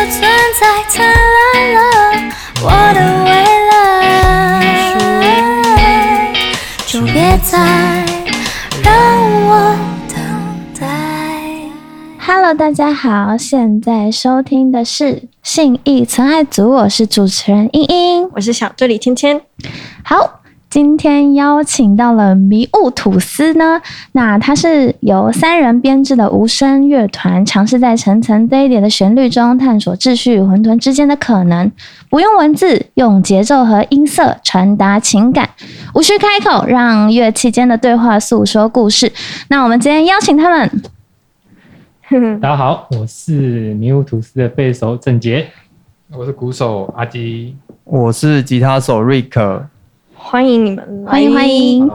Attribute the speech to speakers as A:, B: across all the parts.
A: 再灿烂了，我的未来，就别再让我等待。
B: Hello，大家好，现在收听的是《信义存爱组》，我是主持人英英。
C: 我是小助理芊芊。
B: 好，今天邀请到了迷雾吐司呢，那它是由三人编制的无声乐团，尝试在层层堆叠的旋律中探索秩序与混沌之间的可能，不用文字，用节奏和音色传达情感，无需开口，让乐器间的对话诉说故事。那我们今天邀请他们。
D: 大家好，我是迷雾吐司的贝手郑杰。
E: 我是鼓手阿基，
F: 我是吉他手 Rick，
C: 欢迎你们来，
B: 欢迎欢迎，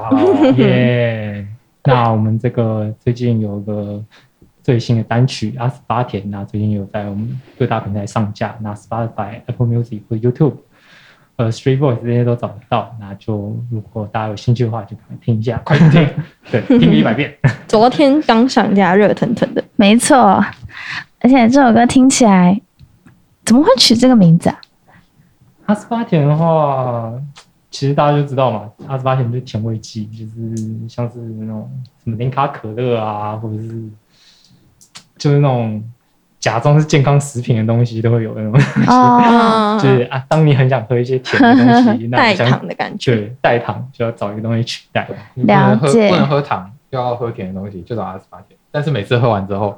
D: 耶！那我们这个最近有个最新的单曲《阿斯巴甜》，那最近有在我们各大平台上架，那 Spotify、Apple Music 或 YouTube，呃，Street Voice 这些都找得到。那就如果大家有兴趣的话，就赶快听一下，快听，对，听个一百遍。
C: 昨天刚上架，热腾腾的。
B: 没错。而且这首歌听起来怎么会取这个名字啊？
D: 阿斯巴甜的话，其实大家就知道嘛，阿斯巴甜就是甜味剂，就是像是那种什么零卡可乐啊，或者是就是那种假装是健康食品的东西，都会有那种，
C: 嗯
B: 哦，
D: 就是啊，当你很想喝一些甜的东西，那
C: 带
D: 你想
C: 糖的感觉，
D: 对代糖就要找一个东西取代。
E: 你不能喝
B: 了解
E: 不能喝糖，又要喝甜的东西，就找阿斯巴甜。但是每次喝完之后，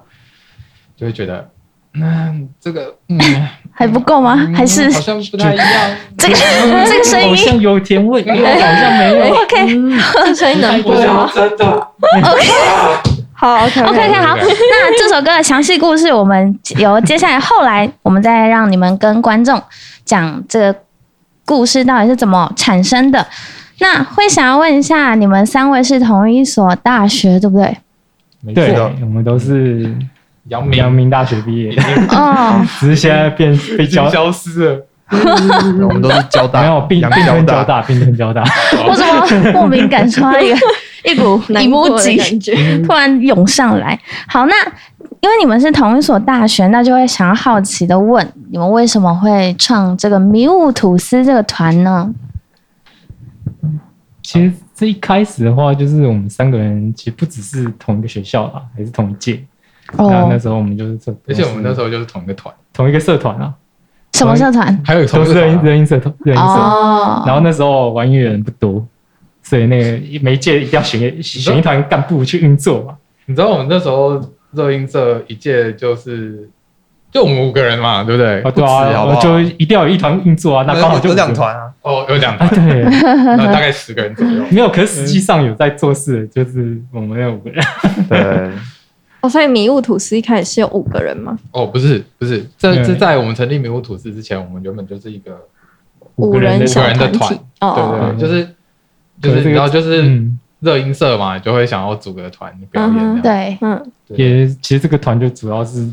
E: 就会觉得， 嗯，这个，嗯，
B: 还不够吗？
E: 嗯
B: 还是
E: 好像不太一样。
B: 这 个这个声
D: 好
B: 音
D: 像有甜味，又好像没有。
B: ？OK
C: 这声音能播吗？
E: 真的，
C: 好，OK
B: OK OK，好。那这首歌的详细故事，我们由接下来后来，我们再让你们跟观众讲这个故事到底是怎么产生的。那会想要问一下，你们三位是同一所大学，对不 对？
E: 没
D: 对
E: 错，，
D: 我们都是
E: 杨
D: 阳
E: 明
D: 明大学毕业，
B: 哦，
D: 只是现在变被
E: 已经
D: 教，
E: 消失了，
F: 我们都是交 大，
D: 没有并并
F: 阳
D: 吞交
F: 交，
D: 大，并吞交大。
B: 我怎么莫名感受到一个一股
C: 难过的
B: emoji
C: 感觉。
B: 突然涌上来。好，那因为你们是同一所大学，那就会想要好奇的问，你们为什么会创这个迷雾吐司这个团呢？
D: 其实这一开始的话，就是我们三个人其实不只是同一个学校啦，还是同一届。那、那
B: 哦，
D: 时候我们就是这，
E: 而且我们那时候就是同一个团，
D: 同一个社团啊，
B: 什么社团？
E: 还有
D: 都
E: 同啊
D: 是
E: 事
D: 热音热音社团热音社。
B: 哦，
D: 然后那时候玩音乐的人不多，所以那个每一届一定要选一选一团干部去运作嘛。
E: 你知道我们那时候热音社一届就是就我们五个人嘛，对不对
D: 啊，？对
F: 不止
D: 啊，
F: 好不
D: 我
F: 好
D: 就一定要有一团运作啊，那刚好就
F: 有
D: 五个
F: 两。团啊，
E: 哦，有两
D: 啊，
E: 团，
D: 对，
E: 然后大概十个人左右。
D: 没有，可是实际上有在做事的，就是我们那五个人。
F: 对，
C: 哦，所以迷雾吐司一开始是有五个人吗？
E: 哦，不是不是，这
D: 对
E: 这在我们成立迷雾吐司之前，我们原本就是一个，
D: 五个人
C: 人
D: 的
C: 小
E: 五个人的
C: 体
E: 团对
C: 哦，
E: 对
D: 嗯
E: 对，就是
D: 可
E: 就
D: 这
E: 是是
D: 个
E: 你知道就是
D: 嗯，
E: 热音社嘛，就会想要组个团表
C: 嗯哼
E: 演这样，
B: 对，
C: 嗯，
F: 啊
E: 对，
D: 也其实这个团就主要是，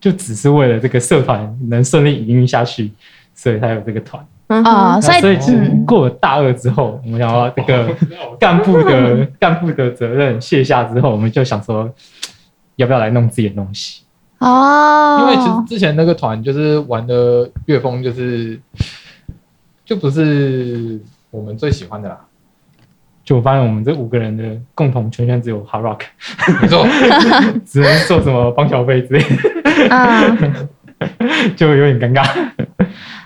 D: 就只是为了这个社团能顺利营运下去，所以才有这个团。
C: 嗯
B: 哦
C: 哼，
B: 所以
D: 那所以其实
B: 嗯
D: 过了大二之后，我们想要这
F: 哦
D: 个干部的干部的责任卸下之后，我们就想说，要不要来弄自己的东西？
E: 因为其
B: 哦
E: 实，之前那个团就是玩的乐风就是就不是我们最喜欢 的啦，
D: 就我发现我们这五个人的共同圈圈只有 hard rock，
E: 没错，
D: 只能做什么帮小费之类的，
B: 嗯，
D: 就有点尴尬。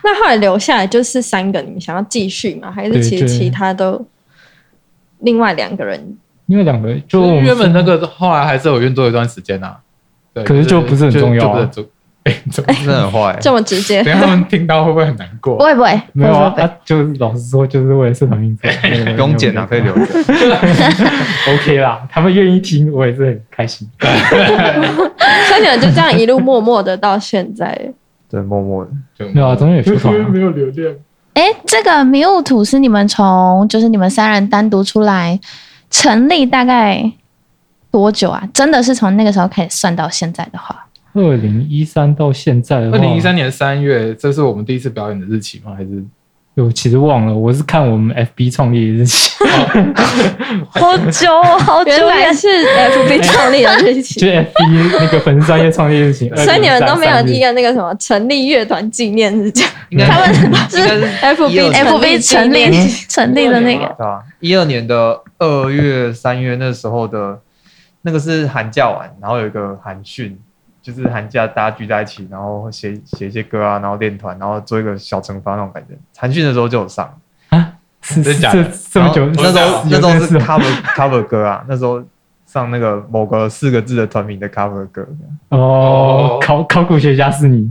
C: 那后来留下来就是三个，你们想要继续吗？还是其实
D: 对对
C: 其他都另外两个人？
D: 因为两个就
E: 就
D: 我
E: 是
D: 们
E: 原本那个后来还是有运作一段时间呐，对，
D: 可是就不是很重要
E: 就不
D: 啊
E: 是很重，哎，怎么
F: 真 的很 坏，
C: 这么直接
E: 等一，下他们听到会不会很难
B: 不
E: 过？
B: 会不会，不
D: 没
B: 会
D: 有啊
B: 不，会
D: 啊就是老实说，就是为了社团运作，
F: 不用剪啊，可以留着。
D: OK 啦，他们愿意听，我也是很开心。
C: 所以你们就这样一路默默的到现 在。
F: 对，默默的，
E: 就
D: 没有啊，中间有出团啊、
E: 没有流量，
B: 哎，这个迷雾吐司，你们从就是你们三人单独出来成立大概多久啊？真的是从那个时候开始算到现在的话，
D: 二零一三到现在的话，
E: 二零一三年三月，这是我们第一次表演的日期吗？还是
D: 我其实忘了，我是看我们 FB 创立日期，
B: 好久哦好久
C: 原来
B: 远，
C: 是 FB 创立的日
D: 就
C: 期，
D: 是 FB 那个粉丝专业创立日期，
C: 所以你们都没有一
D: 个
C: 个那个什么成立乐团纪念日这样，
F: 应该
C: 他们
F: 应该是
C: FB
B: 成立成
C: 纪 念
B: 立成立的那个，
F: 对啊，一二年的二月、三月那时候的，那个是寒假完，然后有一个寒训，就是寒假大家聚在一起，然后写写一些歌啊，然后练团，然后做一个小惩罚那种感觉。寒训的时候就有上，
D: 是
E: 真
D: 是
E: 的假的
D: 这这么久，
E: 然后
F: 哦那时
D: 有
F: 候那时候是
D: 有
F: cover cover 歌啊， 那时候上那个某个四个字的团名的 cover 歌，
D: 哦，考考古学家是 你，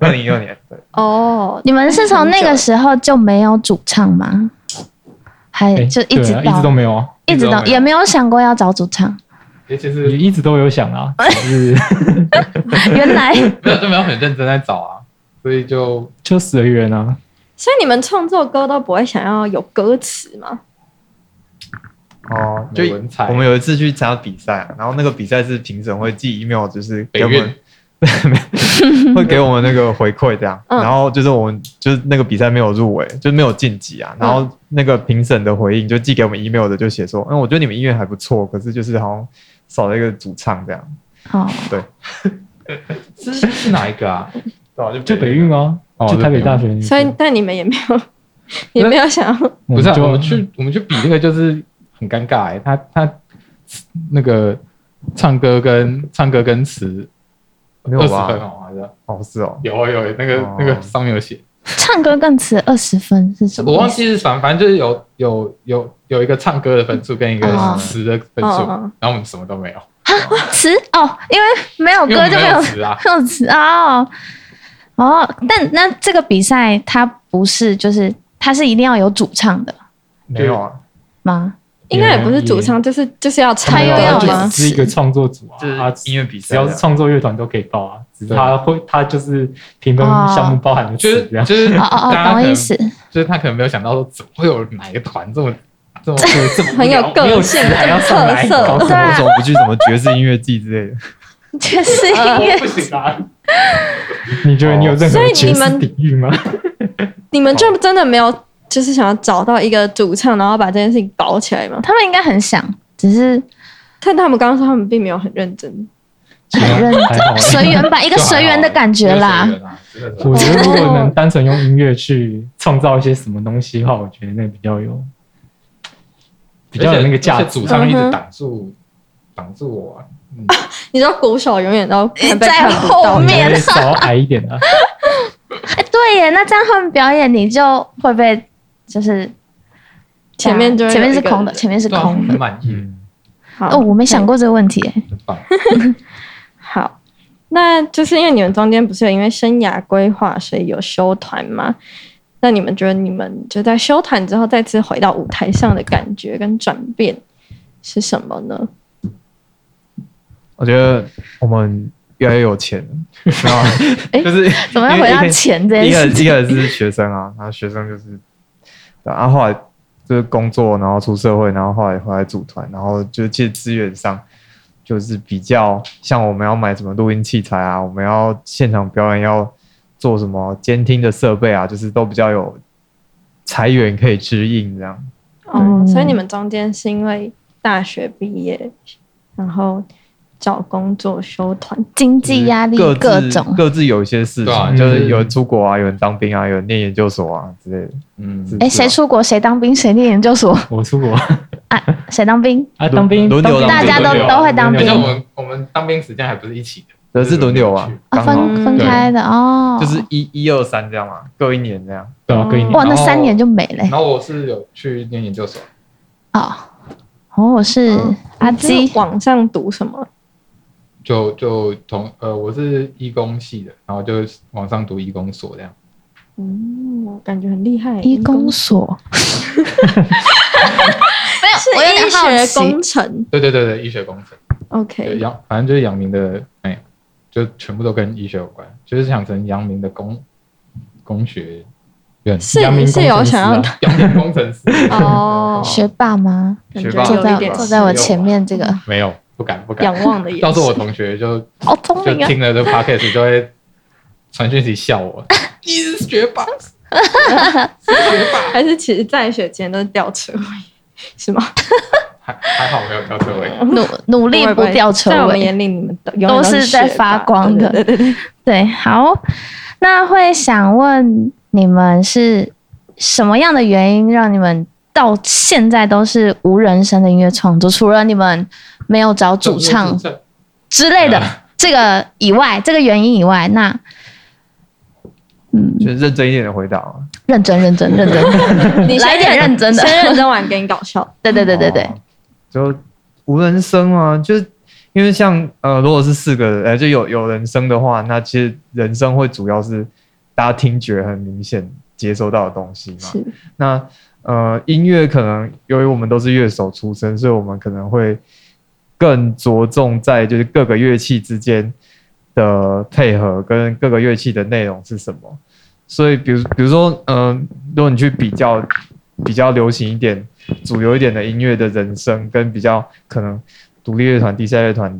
F: 二零一二年对。
C: 哦，
B: 你们是从那个时候就没有主唱吗？还
D: 哎
B: 就一
D: 对
B: 直
D: 啊一直都
B: 到
D: 没有啊，
B: 一直
E: 一直都
B: 到
E: 没有
B: 也没有想过要找主 唱，
E: 也其
D: 也
E: 实
D: 一直都有 想啊，只是
B: 原来
E: 没有就没有很认真在找啊，所以就
D: 就随缘啊。
C: 所以你们创作歌都不会想要有歌词吗？
F: 哦，就
E: 没文采
F: 我们有一次去参加比赛啊、然后那个比赛是评审会寄 email，就是
E: 北
F: 给我们
E: 运，
F: 会给我们那个回馈这样。
C: 嗯
F: 然后就是我们就是那个比赛没有入围，就是没有晋级啊。然后那个评审的回应就寄给我们 email 的就写说，嗯，我觉得你们音乐还不错，可是就是好像少了一个主唱这样。
B: 哦，
E: 是是哪一个啊？
F: 对啊，就
D: 就北运啊，
E: 哦
D: 就台北大学那个，
C: 所以但你们也没 有，嗯也没有想要
D: 我
E: 不是、啊，
D: 就
E: 我们去我们去比那个就是很尴尬哎、他他那个唱歌跟唱歌跟词
F: 没有
E: 二十分
F: 吧？
E: 哦，还是
F: 哦，是哦，
E: 有啊有啊那个、
F: 哦
E: 那个上面有写，
B: 唱歌更词二十分是什么意
E: 我
B: 思？
E: 忘记是反反正就是有有有有一个唱歌的分数跟一
B: 哦
E: 个词的分数，
C: 哦哦
E: 然后我们什么都没有，
B: 词哦，因为没有
E: 因为
B: 歌
E: 我
B: 就
E: 们
B: 没有
E: 没有词 啊。
B: 没有词哦。哦，但那这个比赛它不是就是它是一定要有主唱的
F: 没有啊，
B: 吗？
C: 应该也不是主唱，就是就是要唱
B: 他
D: 没
B: 又
D: 有
C: 歌
D: 啊
B: 要
D: 就
C: 吗？
D: 只是一个创作组啊，
F: 就是
D: 啊
F: 音乐比
D: 只
F: 赛啊，
D: 要是创作乐团都可以报啊，只是他会他就是评分项目包含的
E: 就
D: 词
E: 是
D: 这样。
E: 就是
B: 哦哦哦，
E: 大家可
B: 懂意
E: 能
B: 思。
E: 就是他可能没有想到说怎么会有哪一个团这么这么这么
C: 很 有
D: 没有
C: 个
D: 词
C: 性、
D: 还要
C: 有
D: 上来
C: 特
D: 搞
C: 色。
D: 什么
B: 啊
F: 为什么不去什么爵士音乐季之类的？
B: 爵士音乐
D: 不行啊！你觉得你有任何
C: 所以
D: 角
C: 你
D: 色
C: 们
D: 底蕴吗？
C: 你们就真的没有，就是想要找到一个主唱，然后把这件事情搞起来吗？
B: 他们应该很想，只 是
C: 但他们刚刚说他们并没有很认真，
B: 很认
D: 还好啊
B: 真，随缘吧，一个随缘的感觉啦。
D: 我觉得如果能单纯用音乐去创造一些什么东西的话，我觉得那比较有比较有那个价值。啊
E: 主唱一直挡住挡住我啊，嗯
C: 你知道鼓手永远都被
B: 在
C: 看不到
B: 后面啊
D: 你可以稍矮一点啊，
B: 哎，对耶，那这样他们表演你就会被就是
C: 前面就会有
B: 前面是
C: 一个
B: 空的，前面是
E: 对啊
B: 空的
E: 很。满意，
D: 嗯，
C: 好
B: 哦，我没想过这个问题耶。
E: 很棒。
C: 好，那就是因为你们中间不是有因为生涯规划，所以有休团吗？那你们觉得你们就在休团之后再次回到舞台上的感觉跟转变是什么呢？
F: 我觉得我们越来越有钱了，然后就是
B: 怎么样回到钱这
F: 一
B: 件
F: 个
B: 事
F: 一
B: 情？
F: 个是学生啊，然后学生就是，对啊然后后来就是工作，然后出社会，然后后来回来组团，然后就借资源上就是比较像我们要买什么录音器材啊，我们要现场表演要做什么监听的设备啊，就是都比较有财源可以支应这样。
B: 嗯
C: 哦，所以你们中间是因为大学毕业，然后找工作休团，
B: 经济压力
F: 就是各
B: 各
F: 自
B: 种，
F: 各自有一些事情，
E: 对啊
F: 就是有人出国啊，有人当兵啊，有人念研究所啊之类的。
E: 嗯，
B: 哎，谁出国谁当兵，谁念研究所，
D: 我出国
B: 谁当兵？
D: 啊，当兵
F: 轮流
D: 当兵啊
F: 当兵大家都
D: 轮流
B: 都会当
E: 而
B: 兵
E: 且我们我们当兵时间还不是一起的，
F: 而是轮流啊，
B: 啊，
F: 刚好
B: 分分开的哦。
F: 就是一一二三这样嘛，各一年这样。
D: 对啊，跟你
B: 哇，那
E: 然后
B: 三年就没了耶
E: 然后我是有去念研究所，
B: 哦。哦，我是
C: 嗯
B: 阿
C: 就是
B: 基，
C: 网上读什么？
E: 就就同呃我是医工系的，然后就往上读医工所这样。
C: 嗯，感觉很厉害。
B: 一公所。没有，我有点好
C: 是医学
B: 奇
C: 工。程。
E: 对对对对，医学工程，对
C: OK，
E: 阳反正就是阳明的，哎，就全部都跟医学有关，就是想成阳明的工工学院，
C: 是
D: 阳明
C: 你是有
D: 工程师
C: 想要
D: 啊
E: 阳明工程师
C: 哦
B: 学霸吗？
C: 感觉
F: 学霸
B: 坐
C: 啊有一
B: 在
C: 点
B: 坐在我前面这个，
E: 没有，不敢不
C: 仰
E: 敢。
C: 望的眼神。
E: 到时候我同学就
B: 好聪
E: 就
B: 明啊！
E: 听了这 podcast 就会传讯息笑我，你是学霸，
C: 还是其实在学期间都是吊车尾，是吗？
E: 还还好没有跳车尾。
B: 努努力不掉车
C: 在我们
B: 尾。
C: 眼里，你们都永远
B: 都
C: 都
B: 是在
C: 学
B: 发
C: 霸
B: 光的
C: 对对对对
B: 对，好，那会想问你们是什么样的原因让你们到现在都是无人声的音乐创作？除了你们没有找主唱之类的这个以外，这个原因以外，那嗯，
F: 就是认真一点的回答啊。
B: 认真认真认真，
C: 对，你
B: 来
C: 先
B: 点认真的
C: 先认真玩给你搞笑。
B: 对对对对对
F: 哦，就无人声啊，就是因为像呃，如果是四个人，呃，就有有人声的话，那其实人声会主要是大家听觉很明显接收到的东西嘛。
C: 是，
F: 那呃，音乐可能由于我们都是乐手出身，所以我们可能会更着重在就是各个乐器之间的配合跟各个乐器的内容是什么。所以，比如比如说，呃，如果你去比较比较流行一点、主流一点的音乐的人声，跟比较可能独立乐团、地下乐团。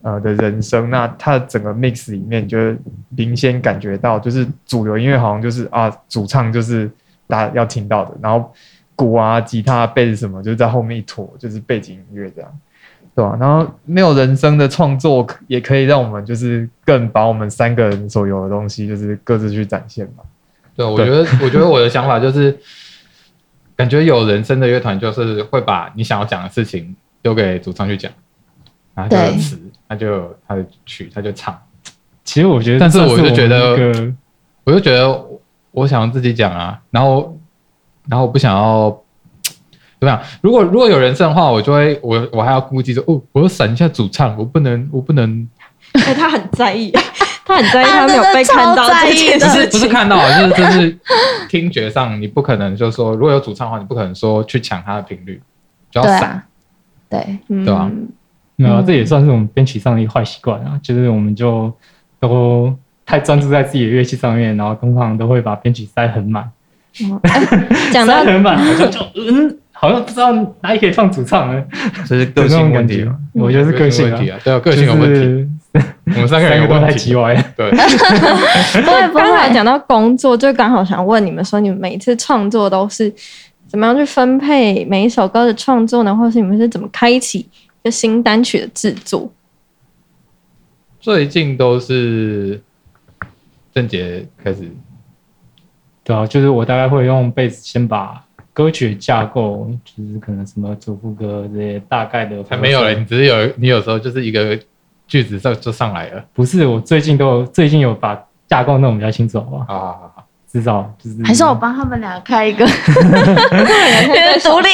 F: 呃的人声，那它整个 mix 里面，你就会明显感觉到，就是主流音乐好像就是啊，主唱就是大家要听到的，然后鼓啊、吉他、贝斯什么，就是在后面一坨，就是背景音乐这样，对吧、然后没有人声的创作，也可以让我们就是更把我们三个人所有的东西，就是各自去展现嘛。
E: 对，我
F: 对
E: 觉得，我觉得我的想法就是，感觉有人声的乐团就是会把你想要讲的事情丢给主唱去讲，然后他就
B: 对
E: 有词，他就有他的曲，他就唱。
D: 其实我觉得，
E: 但是我就觉得
D: 得，
E: 我就觉得我我想要自己讲啊，然后然后我不想要怎么样？如果如果有人声的话，我就会我我还要估计说，哦，我要闪一下主唱，我不能我不能，
C: 哎，他很在意， 他很在意，
B: 啊
C: 他没有
B: 真的
C: 被看到
B: 超在
C: 这
B: 意
C: 件
E: 不是
C: 事
E: 不是
C: 情。
E: 看到啊，就是就是 听觉上，你不可能就说如果有主唱的话，你不可能说去抢他的频率，就要
B: 对
E: 闪。
B: 啊，对，
C: 嗯
E: 对啊
D: 那、
B: 嗯
D: 这也算是我们编曲上的一个坏习惯啊，就是我们就都太专注在自己的乐器上面，然后通常都会把编曲塞很满，
B: 啊
C: 嗯哦 讲到
D: 塞很满，好像就嗯，好像不知道哪里可以放主唱呢，
F: 这
D: 有
F: 是个
D: 那种
F: 性
D: 感
F: 问题
D: 觉
F: 嘛？。
D: 我觉得是个性
E: 问题
D: 啊，
E: 啊，对啊啊，个性有问
D: 就
E: 题。
D: 是
E: 我们三个人
D: 三
E: 有
D: 个都
E: 问
D: 太奇
E: 题，啊
D: 歪了。
E: 对，
B: 不会不
C: 刚才
B: 会，
C: 讲到工作，就刚好想问你们说，你们每一次创作都是怎么样去分配每一首歌的创作呢？或者是你们是怎么开启就新单曲的制作？
E: 最近都是郑杰开始，
D: 对啊，就是我大概会用贝斯先把歌曲架构，就是可能什么主副歌这些大概的。
E: 才没有了，你只是有你有时候就是一个句子上就上来了
D: 不是，我最近都有最近有把架构弄得比较清楚，好不好？
E: 啊，好好好
D: 至少就是
B: 还是我帮他们俩开一个 独立，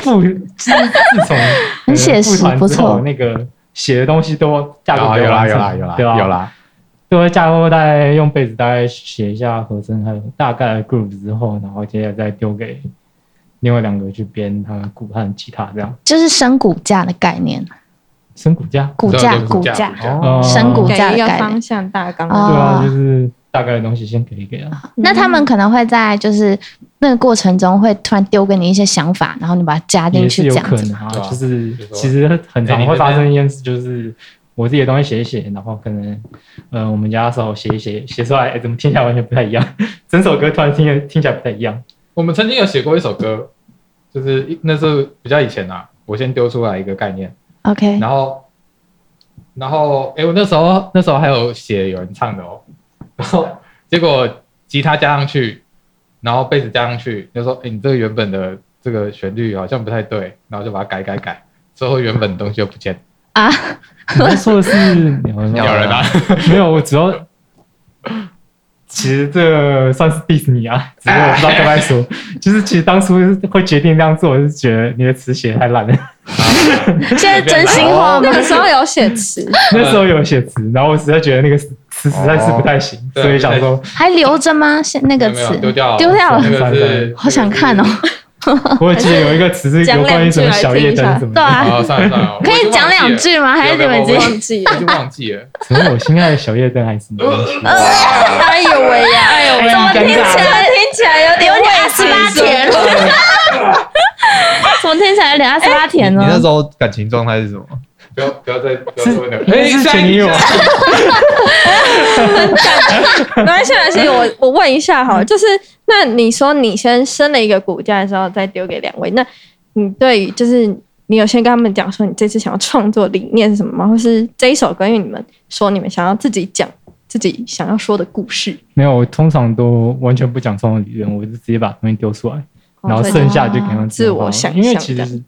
D: 复自自 从呃
B: 很写实
D: 复盘之后
B: 不错
D: 那个写的东西都架
E: 有
D: 构
E: 啦
D: 比
E: 啊有
D: 较
E: 啦
D: 完
E: 有
D: 整
E: 啦有啦
D: 对吧？
E: 有啦，
D: 对，会架构大概用贝斯大概写一下和声，还有大概的 groove 之后，然后接下来再丢给另外两个去编他的鼓和吉他，这样
B: 就是升骨架的概念，
D: 升骨架。
B: 骨
E: 对
B: 架
E: 就是
B: 骨
E: 骨
B: 架
E: 架，
D: 哦
B: 升骨
C: 给
B: 架的
C: 一个
B: 概念
C: 方。向大纲。
B: 哦
D: 对啊，就是大概的东西先给一给啊。
C: 嗯
B: 那他们可能会在就是那个过程中会突然丢给你一些想法，然后你把它加进
D: 也是
B: 去这
D: 有
B: 样
D: 可
B: 子
D: 能
B: 嘛。
D: 啊
E: 对，啊
D: 就是
E: 比如说
D: 其实很
E: 哎
D: 常
E: 你
D: 会
E: 这
D: 发
E: 边
D: 生一件事，就是我自己的东西写一写，然后可能呃我们家手写一写，写出来哎怎么听起来完全不太一样， 整首歌突然听起来听起来不太一样。
E: 我们曾经有写过一首歌，就是一那是比较以前啊，我先丢出来一个概念，
B: OK，
E: 然后然后哎，我那时候那时候还有写有人唱的哦，然后结果吉他加上去，然后贝斯加上去，就说哎，你这个原本的这个旋律好像不太对，然后就把它改改改，之后原本的东西就不见了，
B: 啊，
D: 你要说的是鸟人
E: 有
D: 吗？
E: 人啊，
D: 没有，我主要其实这算是 diss 你啊，只是我不知道该不该 说。就是其实当初会决定这样做，我是觉得你的词写得太烂了。
B: 现在真心话吗
C: 那？个时候有写词，
D: 那时候有写词，然后我实在觉得那个词实在是不太行，
E: 对
D: 所以想说，
B: 还留着吗？现那个
E: 没有
B: 词
E: 没有丢掉了
B: 丢掉
E: 那
B: 了，
E: 个是
B: 好想看哦。
D: 我记得有一个词是有关于什么小夜灯什么
B: 对
D: 的，
B: 啊，
E: 哦，算了算 了，
B: 可以讲两句吗？还是你们直
E: 有
B: 接
E: 有
C: 忘记
E: 我
C: 了。
E: 已经忘记 了。
D: 什么我心爱的小夜灯还是什么东西？
B: 呃
C: 哎呦喂呀，哎呦喂
D: 怎
C: 呀，
D: 么听起来
C: 听起来有
B: 点有点阿斯巴甜？怎么听起来有点阿斯巴
C: 哎
B: 甜
F: 你
B: 呢？
F: 那时候感情状态是什么？
E: 不要不要再不要哎
D: 是
F: 啊
E: 再问了。
D: 应该是前女友，
C: 很感。没关系，没关系， 我我问一下好
B: 嗯
C: 了，就是那你说你先升了一个骨架之后，再丢给两位，那你对于就是你有先跟他们讲说你这次想要创作理念是什么吗？或是这一首歌，因为你们说你们想要自己讲自己想要说的故事，
D: 没有，我通常都完全不讲这种理论，我就直接把东西丢出来，
C: 哦
D: 然后
C: 所以
D: 剩下就给他们
C: 自我
D: 画
C: 想
D: 因为
C: 象
D: 其
C: 这样
D: 实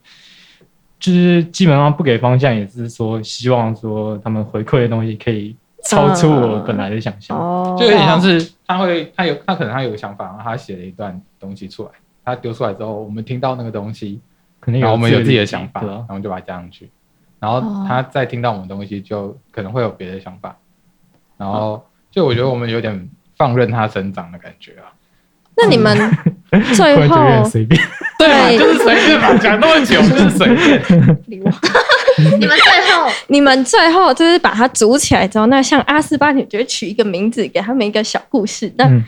D: 就是基本上不给方向，也是说希望说他们回馈的东西可以超出我本来的想象。
C: 哦
E: 就有
B: 啊
E: 点像是他会，他有他可能他有个想法，然后他写了一段东西出来，他丢出来之后，我们听到那个东西，
D: 可能有
E: 然哦后我们有自己的
D: 理
E: 想法，
D: 对
E: 然
D: 啊
E: 后我们就把它加上去，然后他再听到我们的东西，就可能会有别的想法，然后就我觉得我们有点放任他生长的感觉啊，
C: 那你 们
D: 啊突
C: 最
D: 然觉得很
C: 后
D: 随便。
E: 对啊，
C: 对
E: 就是随便嘛，讲那 么久就是随便，
B: 你们最后
C: 你们最后就是把它组起来之后，那像阿斯巴，你觉得取一个名字给他们一个小故事，那
D: 嗯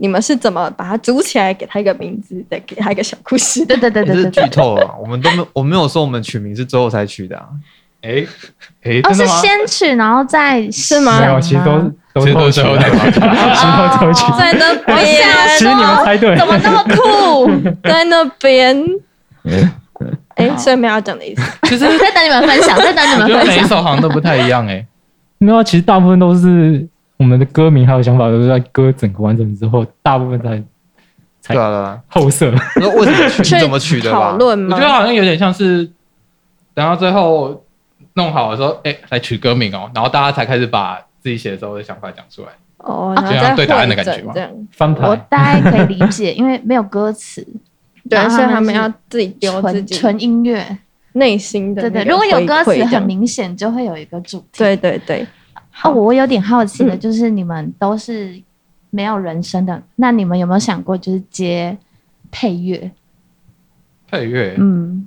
C: 你们是怎么把它组起来，给他一个名字，再给他一个小故事的
B: 对？对对
F: 这
B: 对对
F: 是剧
B: 对，
F: 透啊！我们都没，我没有说我们取名是最后才取的啊。
E: 哎哎，
B: 哦
E: 真
B: 是
E: 的吗？
B: 先取然后再
C: 是吗
D: 没
B: 想
D: 有，其实都是都是
E: 其实都
D: 后
E: 是
D: 期啊
E: 最后啊才
D: 的，
E: 取
D: 其实都是后期
E: 的
D: 的。
C: 在那 边，
D: 其实你们猜对
C: 怎么
D: 了，
C: 那么酷？ 在那 边，哎，所以没有要讲的意思。
B: 在等你们 分享，在等你
E: 我
B: 们
E: 觉得
B: 分
E: 每一
B: 享。
E: 首好像都不太一样哎、
D: 没有，其实大部分都是我们的歌名还有想法都是在歌整个完整之后，大部分才
F: 对啊，对啊，
D: 后设。
F: 你说为什么取？ 你怎么取的
C: 讨
F: 吧？
C: 论
E: 我
C: 吗
E: 觉？得好像有点像是等到最后弄好的时候，哎、来取歌名哦，然后大家才开始把自己写的时候的想法讲出来。
C: 哦，然后
E: 就像
F: 啊
C: 再
E: 对答案的
C: 汇整
E: 感觉吧
C: 这样。
D: 翻
B: 我
D: 牌，
B: 大概可以理解，因为没有歌词，
C: 对，
B: 然后
C: 所以他们
B: 是
C: 要自己丢自
B: 纯
C: 己
B: 纯音乐。
C: 内心的
B: 对
C: 那个
B: 对，
C: 回馈。
B: 如果有歌词，
C: 这
B: 很
C: 样
B: 明显就会有一个主题。
C: 对对对，
B: 哦，我有点好奇的
C: 嗯
B: 就是，你们都是没有人声的，那你们有没有想过就是接配乐？
E: 配乐、
B: 嗯，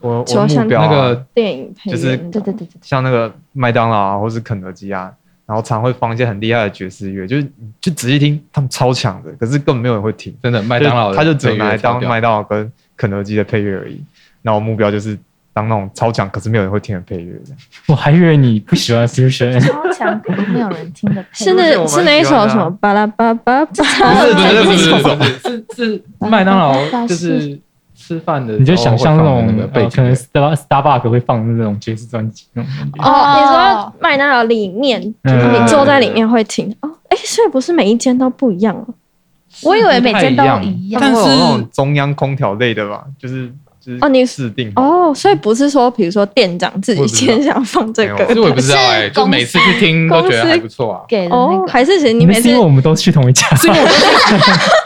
F: 我
C: 说
F: 我
C: 像
F: 目标啊
E: 那个
C: 电影配乐
F: 就是
C: 那种
B: 对对对对，
F: 像那个麦当劳啊，或是肯德基啊，然后常会放一些很厉害的爵士乐，就是就仔细听，他们超强的，可是根本没有人会听。
E: 真的麦当劳的
F: 他就只有拿来
E: 配乐超
F: 当
E: 屌
F: 麦当劳跟肯德基的配乐而已。那我目标就是当那种超强，可是没有人会听的配乐。
D: 我还以为你不喜 欢 fusion，
B: 超强，可能没有人听的配
C: 是
B: 乐。
F: 而且
C: 那，
F: 我蛮
C: 是那一
F: 喜欢
C: 首什
F: 的啊
C: 么巴拉巴巴巴，
E: 不
F: 对
E: 是
F: 对
E: 不
F: 对
E: 是
F: 对
E: 不是不是是是是麦当劳就是吃饭的时候会放的那
C: 哦
D: 你就想象那
E: 个背景乐，
D: 种
E: 背
D: 呃，可
E: 景
D: 能
E: 乐。
D: Star Starbuck 会放那种爵士专辑那种感觉。
C: 哦，你说麦当劳里面，
E: 嗯
C: 就是你坐在里面会听哦，哎，所以不是每一间都不一样哦。
B: 我以为每间都
E: 不太
B: 一
E: 一
B: 样
F: 他
E: 样，
F: 们会有
E: 但是
F: 那种中央空调类的吧，就是就是
C: 哦你
F: 制定好
C: 哦，所以不是说比如说店长自己先想放这
F: 我也
E: 其
F: 不知
E: 实
C: 个
E: 我也不知道哎、
B: 是
E: 就每次去听都觉得还不错啊。
B: 给的那
C: 哦，
B: 个，
C: 还是其实你
D: 你
C: 每
D: 们
C: 次
D: 是因为我们都去同一家，
C: 还是忙，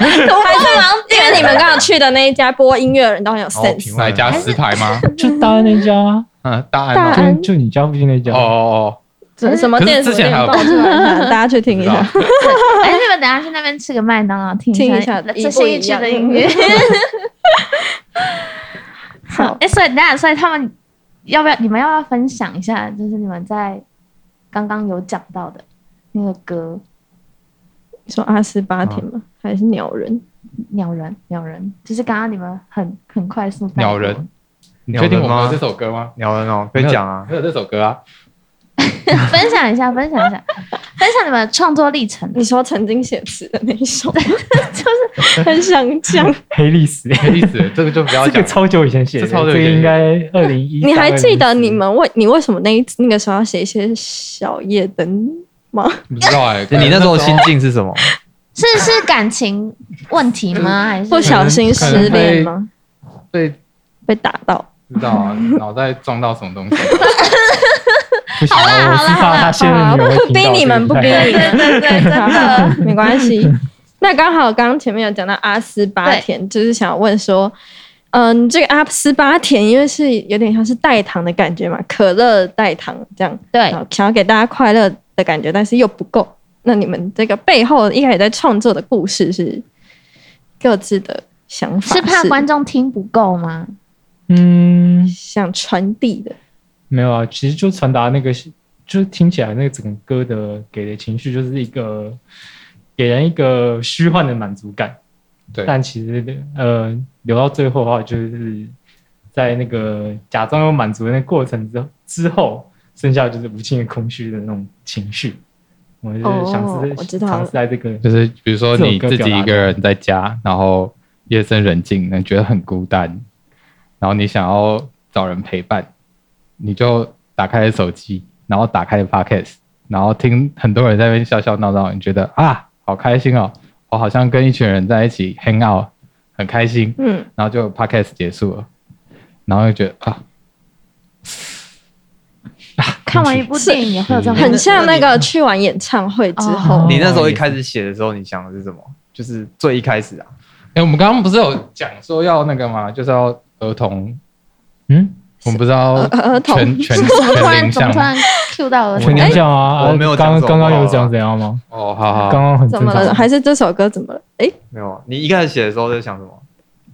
C: 因为你们刚好去的那一家播音乐的人都很有
F: 哦
C: sense
F: 评。
E: 哪
F: 论
E: 一家石牌吗？
D: 就大安那家啊，
E: 嗯，大
C: 大
E: 安吗？
C: 安
D: 就就你家附近那
E: 哦
D: 家。
E: 哦
C: 什么什么
E: 可是
C: 店什
E: 之
C: 么
E: 前
C: 店
E: 还有啊
C: 爆出来一下，大家去 听一下。
B: 哎，你们等一下去那边吃个麦当劳，听
C: 哦听
B: 一
C: 一下
B: 这新一区的音乐。好， 哎，所以等一下，所以他们要不要？你们要不要分享一下？就是你们在刚刚有讲到的那个歌
C: 你说阿斯巴甜
E: 嗯
C: 吗？还是鸟人？
B: 《鸟人》，鸟人就是刚刚你们很很快速带过
E: 鸟人，你确定我们有这首歌吗？
F: 鸟人哦，可以讲啊。
E: 没有这首歌啊。
B: 分享一下，分享一下， 分享你们创作历程。
C: 你说曾经写词的那一首， 就是很想 讲。
D: 黑历史，
E: 没意思，这个就不要
D: 这
E: 讲
D: 个
E: 了。
D: 超久以前写的，
E: 这超
D: 这
E: 久以
D: 个
E: 前
D: 应该二零一。
C: 你还记得你们为你为什么那一那个时候要写一些小夜灯吗？
E: 不知道哎、
F: 你那时候心境是什么？
C: 哦
B: 是是感情问题
E: 呃
B: 吗？还是
C: 不小心失恋吗？
E: 被
C: 被打到？
E: 知道啊，脑袋撞到什么东西？
D: 不行，
B: 好啦好
D: 我是
B: 啦好
D: 怕
B: 啦
D: 他现任女友会
C: 不
D: 听到
C: 逼你们，
D: 这
C: 不
D: 个
C: 逼
D: 太
C: 你们，
B: 对对，真的。
C: 没关系。那刚好刚刚前面有讲到阿斯巴甜，就是想问说，嗯，这个阿斯巴甜因为是有点像是代糖的感觉嘛，可乐代糖这样，
B: 对
C: 然，后想要给大家快乐的感觉，但是又不够。那你们这个背后一开始在创作的故事是各自的想法，
B: 是怕观众听不够吗？
D: 嗯，
C: 想传递的。
D: 没有啊，其实就传达那个，就是听起来那个整个歌的给的情绪，就是一个给人一个虚幻的满足感。
E: 对，
D: 但其实呃，留到最后的话，就是在那个假装有满足的那个过程之之后，剩下就是无尽的空虚的那种情绪。我们就是
C: 哦
D: 尝试
C: 我知道了
D: 尝试在这个
E: 就是比如说
D: 这首
E: 你
D: 歌
E: 自
D: 表
E: 己
D: 达
E: 一个人在家，然后夜深人静，你觉得很孤单，然后你想要找人陪伴，你就打开手机，然后打开 Podcast，然后听很多人在那边笑笑闹闹，你觉得啊，好开心哦，我好像跟一群人在一起 hang out，很开心，
C: 嗯，
E: 然后就 Podcast 结束了，然后就觉得啊，
B: 看完一部电影也会有这种
C: 很像那个去完演唱会之后
B: 哦，
F: 你那时候一开始写的时候，你想的是什么？就是最一开始啊，
E: 哎、我们刚刚不是有讲说要那个吗？就是要儿童，
D: 嗯
E: 我们不是要
C: 儿儿童
E: 全 全
B: 怎么突
E: 全
B: 然
E: 龄
B: 怎么
E: 向
B: 突
E: 吗？
B: 然 Q 到了哎
D: 全年像啊，
F: 我
D: 啊
F: 没有讲啊
D: 刚
F: 错
D: 刚刚
F: 话
D: 有讲怎样吗？
E: 哦，好好，
D: 刚刚很
C: 怎
D: 正
C: 么了？
D: 常。
C: 还是这首歌怎么了？哎，
F: 没有啊。你一开始写的时候在想什么？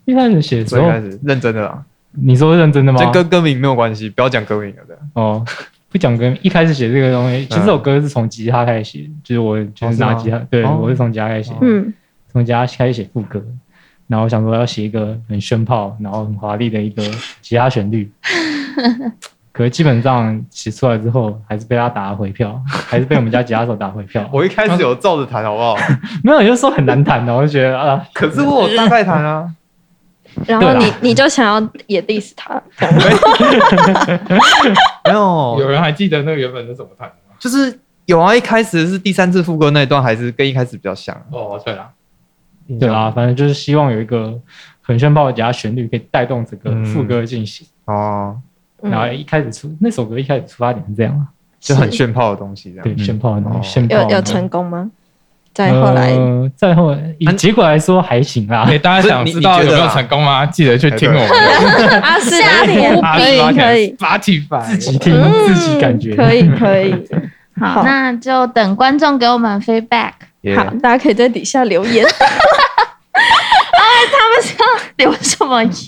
D: 一开始写的时
F: 最一
D: 候
F: 开，始认真的啦，
D: 你说认哦真的吗？
F: 这跟歌名没有关系，不要讲歌名了的。
D: 哦，不讲跟一开始写这个东西，其实这首歌是从吉他开始写，就是我就是拿吉他，对
F: 嗯哦。
D: 我是从吉他开始写，
C: 嗯，
D: 从吉他开始写副歌，然后我想说要写一个很炫炮，然后很华丽的一个吉他旋律，可是基本上写出来之后，还是被他打回票，还是被我们家吉他手打回票
F: 我一开始有照着弹，好不 好？
D: 没有，就是说很难弹的，我就觉得啊，
F: 可是我有大概 弹啊，
C: 然后
D: 对啦
C: 你你就想要也 diss 他，这样
F: 没有，
E: 有人还记得那个原本是怎么弹的吗？
F: 就是有啊。一开始是第三次副歌那一段，还是跟一开始比较像啊。
E: 哦，对了，
F: 嗯
D: 对啊，反正就是希望有一个很炫炮的吉他旋律可以带动整个
F: 嗯
D: 副歌的进行。
F: 哦，
D: 然后
C: 嗯，
D: 一开始出那首歌一开始出发点是这样啊。
F: 就很炫炮的东西这样。
D: 对，炫炮的东
F: 哦
D: 西，炫炮
C: 有
D: 的
C: 有
D: 东西
C: 成功吗？再后来，
D: 嗯呃再后来以
F: 嗯
D: 结果来说还行啦
E: 哎、。大家想知道有没有成功吗？记得去听我们的
D: 呃
C: 啊，下
B: 年
C: 可以可以，
E: 八七百
D: 自己听 自己感觉，
C: 嗯可以可 以，
B: 好，那就等观众给我们 feedback，
D: 嗯
F: 耶
C: 好，大家可以在底下留 言，
B: 留什么言？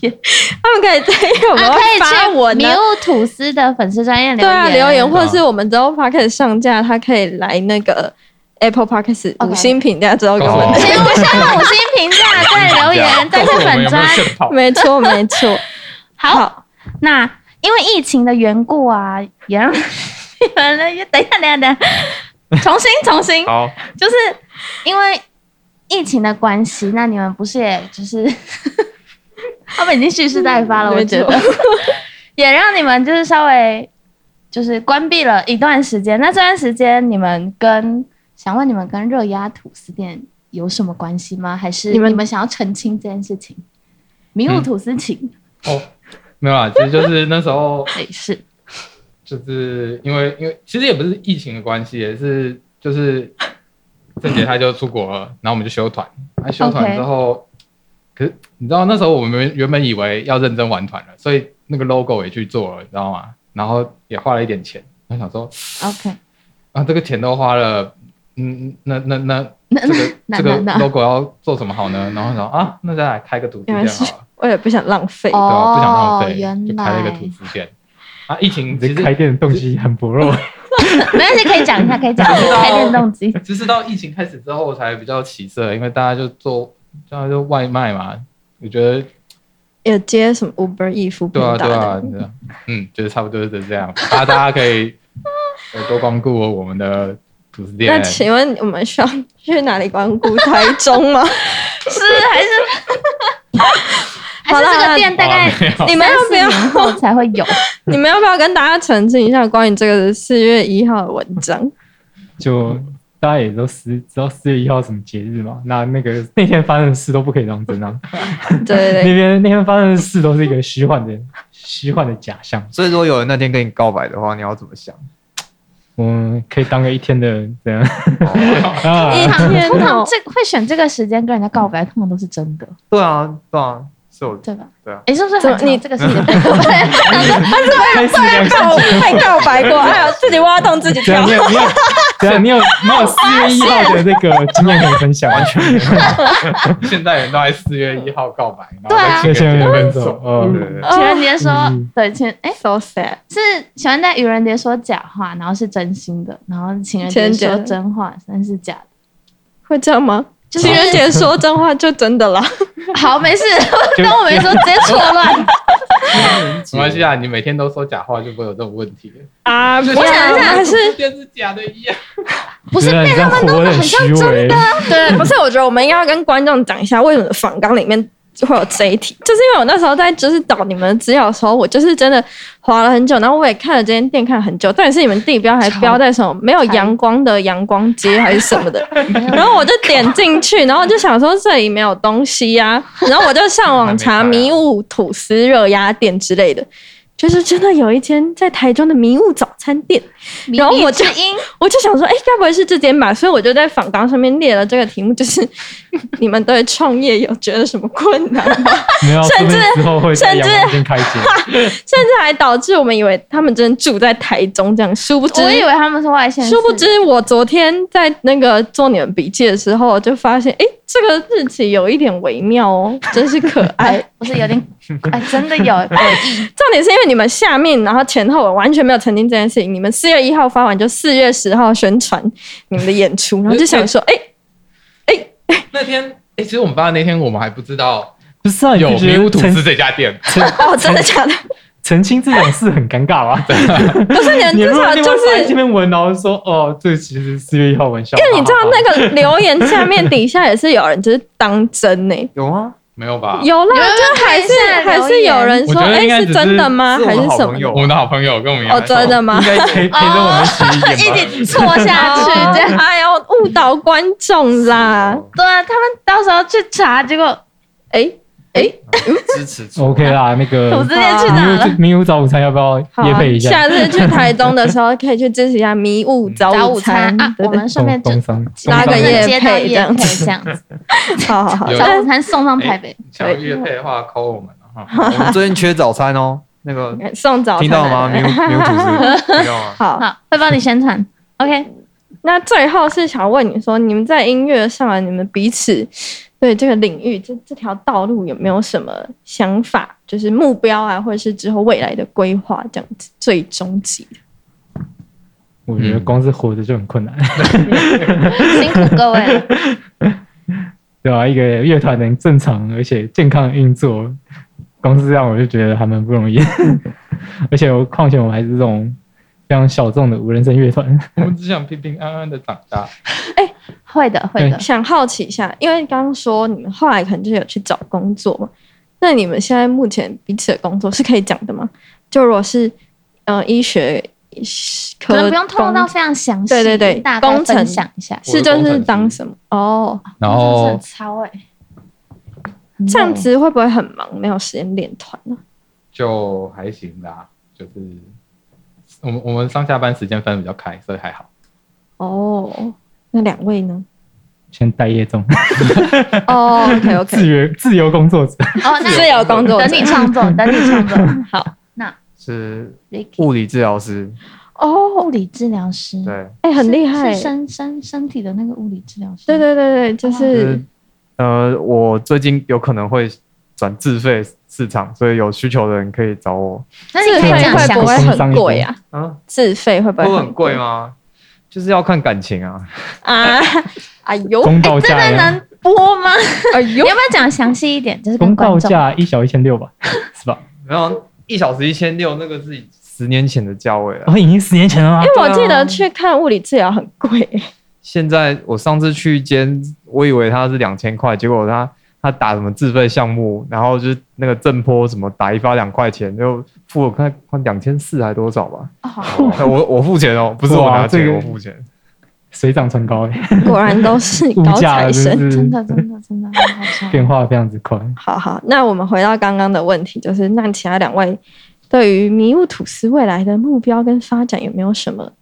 C: 他们可以在
B: 啊，
C: 我们
B: 可
C: 会
B: 以
C: 发
B: 去
C: 文
B: 迷
C: 啊，
B: 雾吐司的粉丝专业留
C: 对
B: 言，
C: 啊，留
D: 哦
C: 言或
F: 对啊
C: 者是我们之后 podcast 上架，它可以来那个 Apple podcast
B: OK
C: 五星评价之后给我们
E: 哦
B: 先我先五星评价，再留言，再去
E: 啊我们
B: 粉
E: 有没有
B: 专。
E: 炫
D: 哦
E: 炮？
C: 没错，没错。好，
B: 那因为疫情的缘故啊，也 让有人等一下，等一下，等一下，重新，重新，
F: 好，
B: 就是因为疫情的关系，那你们不是也就是他们已经蓄势待发了，我
C: 嗯没
B: 觉
C: 错
B: 得也让你们就是稍微就是关闭了一段时间。那这段时间你们跟想问你们跟热压吐司店有什么关系吗？还是
C: 你
B: 你
C: 们
B: 们想要澄清这件事情？迷雾
E: 嗯
B: 吐司情
E: 哦，没有啦，其实就是那时候，
B: 也是
E: 就是因为因为其实也不是疫情的关系，也是就是 郑杰他就出国了，然后我们就休团，那休团
B: OK
E: 之后。可是你知道那时候我们原本以为要认真玩团了，所以那个 logo 也去做了，你知道吗？然后也花了一点钱，我想说
B: OK，
E: 啊，这个钱都花了，嗯，那那那
B: 那
E: 这个
B: 那
E: 这个
B: 那那
E: logo 要做什么好呢？然后想啊，那再来开个吐司店好了，
C: 我也不想浪费。
E: 对吧？不想浪
B: 哦，
E: 费，
B: 原
E: 就开了
B: 来
E: 一个吐司店。啊，疫情其
D: 这开
E: 实
D: 店的动机很薄弱。
B: 没关系，可以讲一下，可以讲一下开电动机。
E: 其实到疫情开始之后才比较起色，因为大家就做，大家就外卖嘛。我觉得
C: 有接什么 Uber E 服
E: 对啊，
C: 打
E: 对啊
C: 的，，
E: 对啊嗯，就是差不多是这样。啊，大家可以呃多光顾我们的吐司
C: 那
E: 店。
C: 请问我们需要去哪里光顾？台中吗？
B: 是还是还
C: 好
B: 是
C: 啦
B: 这个店大概
E: 好啦没有
C: 你们要不
B: 三
C: 要
B: 四 年后才会有？
C: 你们要不要跟大家澄清一下关于这个四月一号的文章？
D: 就大家也都知知道四月一号什么节日嘛，那那个那天发生的事都不可以当真啊。
C: 对对
D: 那
C: 对。
D: 边那天发生的事都是一个虚幻的虚幻的假象，
F: 所以如果有人那天跟你告白的话，你要怎么想？
D: 我们可以当个一天的这样
F: 哦
D: 啊。
B: 通常
C: 天哦
B: 通常这会选这个时间跟人家告白，通常都是真的，
F: 对啊，对啊，是我
B: 对吧？
F: 对啊
B: 诶，是不是
C: 怎么
B: 很常
C: 你
B: 这个时间被告白？
D: 啊开始两
C: 告被告白过，还有自己挖洞自己
D: 这样
C: 跳
D: 你，有你有这样你有你有四月一号的那个经验可以分享，完全
E: 现在人都在四月一号告白，然后
B: 对啊
E: 再
D: 谢谢
E: 情
D: 你
E: 人
D: 的分
E: 节分
D: 手
E: 手。。
D: 嗯
F: 对对对
B: 情人节说
D: 嗯
B: 对情诶
C: so sad。
B: 是喜欢在愚人节说假话，然后是真心的，然后情人节
C: 情
B: 说
C: 人节
B: 真话，但是假的。
C: 会这样吗？
B: 就是
C: 情人节说真话就真的啦。
B: 好，没事，
D: 就
B: 当我没说，直接错乱。
E: 没关系啊，你每天都说假话就不会有这种问题了。
C: 啊，不
B: 我想一下
C: 是
E: 就是假的一样。
B: 不是被他们弄得很像真的啊，
C: 对，不是，我觉得我们应该要跟观众讲一下，为什么访纲里面会有这一题，就是因为我那时候在就是找你们的资料的时候，我就是真的划了很久，然后我也看了这间店看很久，但是你们地标还标在什么没有阳光的阳光街还是什么的，然后我就点进去，然后我就想说这里没有东西呀、然后我就上网查迷雾吐司热鸭店之类的。就是真的有一间在台中的迷雾早餐店，然 后我就我就想说，哎、该不会是这间吧？所以我就在访纲上面列了这个题目，就是 你们对创业有觉得什么困难 吗？
D: 没有，
C: 甚
D: 说不定
C: 至
D: 之后会在
C: 甚至
D: 阳光店开街。
C: 甚至还导致我们以为他们真的住在台中，这样殊不知。
B: 我以为他们是外县市，
C: 殊不知，我昨天在那个做你们笔记的时候，就发现，哎、这个日期有一点微妙哦， 真是可爱
B: 哎。，不是有点哎，真的有诡异，
C: 重点是因为你们下面，然后前后我完全没有曾经这件事情。你们四月一号发完，就四月十号宣传你们的演出，然后就想说，哎、
E: 那天，哎、其实我们发的那天，我们还不知道
D: 不是啊，你
E: 有
D: 不
E: 迷
D: 觉
E: 雾
D: 得
E: 吐
D: 澄
E: 司这家店。
C: 哦，真的 假的？
D: 澄清这种事很尴尬吧？
C: 不是你们
D: 你
C: 至
D: 如果
C: 少
D: 另
C: 就
D: 外发
C: 是
D: 一篇文，然后说哦，这其实四月一号玩笑。
C: 但你知道
D: 哈哈哈
C: 那个留言下面底下也是有人就是当真呢、
F: 有啊吗？
E: 没有吧？
C: 有
B: 你
C: 啦
B: 们，
C: 就
B: 看
C: 还
B: 一
C: 是
B: 下
C: 还
B: 留
C: 是
B: 言
C: 有人说，
E: 我觉得
C: 哎、
E: 应该
C: 是
E: 只是
C: 真的吗？
F: 是我
C: 还是
F: 好
C: 什
F: 朋
C: 么
F: 友
C: 的？
E: 我们的好朋友跟我们一样
C: 哦，真的吗
D: 应？该陪陪着我们一起一点吧。
B: 一直错下去这样。
C: 哎呦，误导观众啦！
B: 对啊，他们到时候去查，结果
C: 哎、
F: 支持
D: OK 啦，那
C: 嗯
B: 我直
D: 个
B: 接去哪了？
D: 迷雾迷雾早午餐要不要
C: 好、
D: 夜
C: 啊
D: 配一，下？
C: 下次去台东的时候可以去支持一下迷雾早
B: 找午
C: 餐
B: 餐啊，
C: 对
B: 我
C: 对
B: 们顺
D: 东
B: 便就
D: 东商
C: 拉个夜
B: 接到
C: 配这
B: 夜
C: 样
B: 配
C: 子，
B: 这样子，
C: 好好好，
E: 有
B: 早
C: 但
B: 午餐送上台北。
E: 想要约配的话，call 我们 啊哈。
F: 我们最近缺早餐哦，那个
C: 送早餐
F: 听到吗？
C: 来
F: 没有没有吐司，听到吗？
C: 好，
B: 好，会帮你宣传。OK，
C: 那最后是想问你说，你们在音乐上啊，你们彼此对这个领域这这条道路有没有什么想法，就是目标啊，或者是之后未来的规划这样子，最终极的
D: 我觉得
E: 嗯
D: 光是活着就很困难，
B: 辛苦各位了。
D: 对吧、一个乐团能正常而且健康地运作，光是这样我就觉得还蛮不容易。 而且我况且我们还是这种非常小众的无人声乐团，
E: 我们只想平平安安的长
C: 啊
E: 大。
B: 会的，会的。
C: 想好奇一下，因为刚刚说你们后来可能就有去找工作嘛，那你们现在目前彼此的工作是可以讲的吗？就如果是呃医学
B: 可
C: 科，
B: 能不用透露到非常详细，
C: 对对对
B: 大
C: 工
B: 概
C: 程
B: 分享一下。
C: 是就是当什么哦，
E: 然
B: 真的是
E: 后
B: 很超哎，
C: 这样子会不会很忙，没有时间练团啊呢、
E: 就还行啦，就是我们我们上下班时间分得比较开，所以 还好。
C: 哦，那两位呢？
D: 先待业中，
C: 哦，OK
D: 自
C: OK，
D: 由自由工作者。
B: 哦， 那
C: 自由工作者
B: 等你创作，等你创作。 好
F: 是
B: ，Vicky，
F: 物理治疗师，
C: 哦
B: 物，理治疗师，
F: 对，
C: 哎，很
B: 是
C: 厉害
B: 是，身哦身身体的那个物理治疗师。
C: 对对对对，就
F: 就是是呃，我最近有可能会转自费市场，所以有需求的人可以找我。
B: 那
C: 自
B: 你可
C: 费
B: 以讲
C: 会不
B: 详
C: 会
B: 细。
C: 很贵啊？
F: 啊，
C: 自费会不
F: 会
C: 会
F: 很贵吗？ 就是要看感情啊，
C: 啊？哎呦，
D: 公道
B: 这
D: 价
B: 个
D: 呀、
B: 能播吗？
C: 哎
B: 你
C: 呦
B: 要不，要讲详细一点？就是跟
D: 公
B: 观
D: 道
B: 众
D: 价一小一千六吧， 是吧？
F: 然后一小时一千六，那个是十年前的价位了。啊
D: 哦，已经十年前了吗
C: 因？为我记
F: 对
C: 得
F: 啊
C: 去看物理治疗很贵，
F: 现在我上次去一间，我以为它是两千块，结果他他打什么自费项目，然后就是那个正坡什么打一发两块钱，就付我看快两千四还多少吧。
B: 哦
F: 我我付钱哦，不是我
D: 哇
F: 拿钱，
D: 这个
F: 我付钱。
D: 水涨船高、欸，
C: 果然都是
D: 物
C: 高
D: 价
C: 材
D: 真
C: 生。
B: 真
D: 的是
B: 的真的真的很好 笑
D: 变化非常之快。
C: 好好，那我们回到刚刚的问题，就是那其他两位对于迷雾吐司未来的目标跟发展有没有什么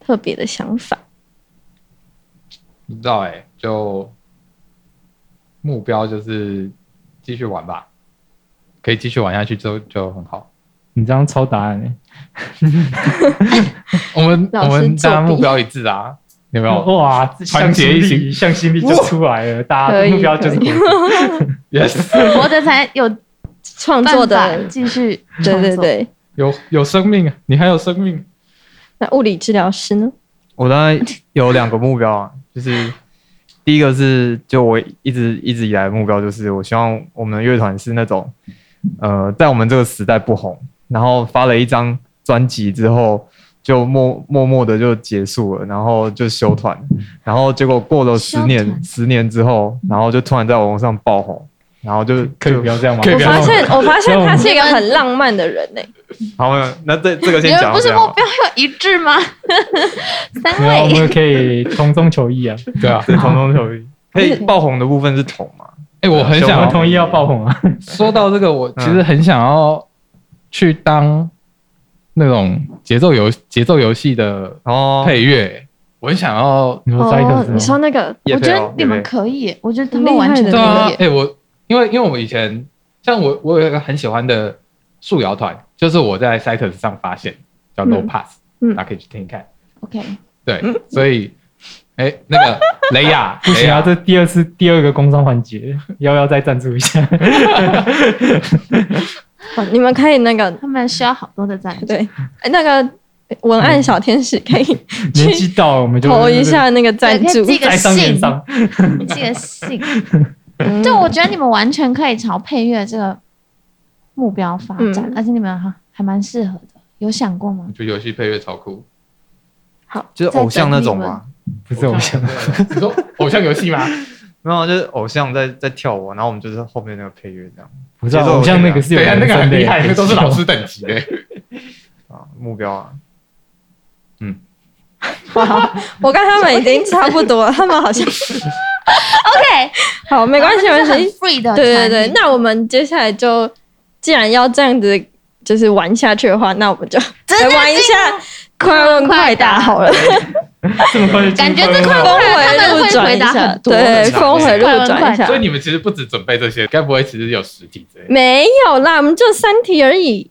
C: 特别的想法？
E: 不知道哎、就目标就是继续玩吧，可以继续玩下去就就很好。
D: 你这样抄答案、欸，
E: 我们
C: 老
E: 我
C: 师
E: 们大家
C: 作弊
E: 目标一致啊，有没有？
D: 哇，
E: 团结一心
D: 向心力就出来了，大家的目标就是
C: 可以
D: 活着
E: yes，
B: 活着才有
C: 创
B: 办
C: 作
B: 法
C: 的，
B: 继续
C: 对对
B: 创作，
C: 对。
E: 有有生命，啊，你还有生命。
C: 那物理治疗师呢？
F: 我当然有两个目标啊，就是第一个是就我一直一直以来的目标就是，我希望我们的乐团是那种呃，在我们这个时代不红，然后发了一张专辑之后，就默默默的就结束了，然后就休团，然后结果过了十
A: 休
F: 年，
A: 团
F: 十年之后，然后就突然在网络上爆红，然后就
D: 可以
F: 就
D: 不要这样吗？
E: 可以
C: 我
E: 不要
C: 发现，我发现
D: 那我
C: 他
D: 们
C: 是一个很浪漫的人呢、欸
F: 好，那这这个
B: 你
F: 先
B: 们
F: 讲到
B: 不
F: 这
B: 是
F: 样
B: 目
F: 好了。
B: 标要一致吗？ 三
D: 没有，我
B: 位
D: 们可以从中求异啊。
E: 对 啊，
F: 对，同中求异。可以爆红的部分是桶嘛？
E: 哎、我很
D: 我
E: 想
D: 们
E: 要
D: 同意要爆红啊！
E: 说到这个，我
D: 嗯
E: 其实很想要去当那种节奏游节奏游戏的
F: 哦，
E: 配乐，我很想要。
D: 你说 c y c
C: 哦你说那个
F: 也
B: 我觉
F: 配
B: 得
F: 哦
B: 你们
F: 也配
B: 可以，我觉得他
C: 很
B: 们
C: 厉
B: 完全可
C: 害的
E: 对啊，哎
B: 以。、
E: 我因为因为我以前像我我有一个很喜欢的素摇团，就是我在 Cytus 上发现叫 No
C: 嗯
E: Pass，、
C: 嗯
E: 大家可以去听一看。
B: OK，
E: 对，所以哎、那个雷亚，
D: 不
E: 雷
D: 行啊，
E: 亚
D: 这第二次第二个工商环节，要不要再赞助一下？
C: 哦你们可以那个
B: 他们需要好多的赞助。
C: 对哎那个文案小天使可
E: 嗯
C: 以
D: 年纪到了我们就
C: 投一下那个
B: 对，
C: 赞
B: 可以
C: 助，
B: 寄个
D: 在商言
B: 信，
D: 商，
B: 寄个信。
C: 嗯
B: 就我觉得你们完全可以朝配乐这个目标发展，
C: 嗯
B: 而且你们还还蛮适合的。有想过吗
E: 我？觉得游戏配乐超酷。
F: 就是偶像那种嘛，
D: 不是偶像，
E: 你说偶像游戏吗？
F: 然后啊就是偶像在在跳舞，然后我们就是后面那个配乐这样
D: 不是啊偶像那个 是有
E: 对呀，
D: 人
E: 那个
D: 生
E: 很
D: 的
E: 厉
D: 耶
E: 害，那个都是 老师等级的。
F: 啊，目标啊，
C: 我看他们已经差不多了，他们好像
B: ？OK，
C: 好没关系，没
B: 他们
C: 关
B: 是很
C: 系。
B: free 的。
C: 对对对，，那我们接下来就既然要这样子就是玩下去的话，那我 们就来玩一下快问快答好了，
D: 这么快就进
B: 感
D: 入
B: 觉
D: 快
B: 这
D: 乐
B: 快
C: 峰
D: 吗
C: 回路转一
B: 他们会回答
C: 下
B: 很，多
C: 对，峰回路转一 下
E: 所以。你们其实不止准备这些，该不会其实有实体之类的？
C: 没有啦，我们就三题而已。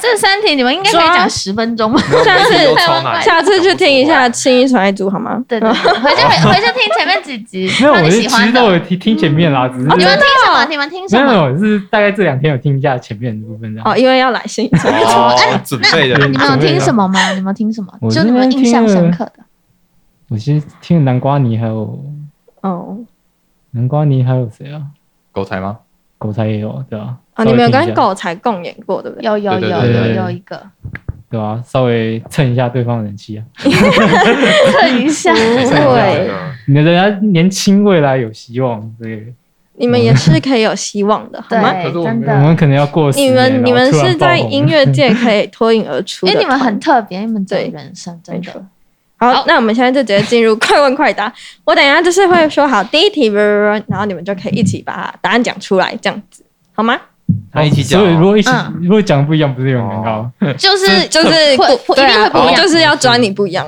B: 这三题你们应该可以讲十分钟吧？
C: 下次
F: 都超
B: 哎
F: 难，
C: 下次去听一下轻易传一组好吗？嗯
B: 对对，对回去回回去听前面几集，
D: 没有，
B: 挑
D: 我
B: 你喜
D: 是其
B: 欢
D: 实
B: 的
D: 都。有听听前面啦，只是
B: 你
D: 没
B: 们听什么？
C: 哦
B: 你们听什
D: 有没
B: 么？
D: 有，是大概这两天有听一下前面的部分这
C: 哦，
D: 样。
C: 因为要来新一传一组。
F: 哦，准备的
D: 那
B: 你们有听什么吗？你们有听什么？
D: 我
B: 就
D: 这
B: 你们
D: 边
B: 印象
D: 听了
B: 深刻的。
D: 我其实听了南瓜泥，还有
C: 哦，
D: 南瓜泥，还有谁啊？
E: 狗才吗？
D: 狗才也有，对吧？
C: 哦，你们有
D: 稍微听
C: 跟
D: 一下
C: 狗才共演过，对不对？
B: 有有
E: 对对
B: 有
E: 对
B: 有
D: 对
B: 有一个，
D: 对吧？稍微蹭一下对方的人气啊。
B: 蹭一下。
C: 对，
D: 你的人家年轻，未来有希望，这个
C: 你们也是可以有希望的，好吗？
E: 可
B: 对，
E: 是我
B: 真
E: 们
D: 我们
B: 的，
D: 可能要过十
C: 你
D: 年
C: 们
D: 然后
C: 你们
D: 突然
C: 是在
D: 爆红
C: 音乐界可以脱颖而出
B: 因
C: 的
B: 为
C: 团，
B: 哎你们很特别，你们走
C: 对
B: 人生真
C: 没
B: 的
C: 错。。好，那我们现在就直接进入快问快答。我等一下就是会说好第一题，然后你们就可以一起把答案讲出来，这样子好吗？
F: 他一起讲哦
D: 所以如果一起
B: 嗯
D: 如果讲不一样，不是有点尴尬吗？
B: 就是
C: 就是
B: 会会
C: 对
B: 一定
C: 啊
B: 会不一样嗯
C: 就是要抓你不一样。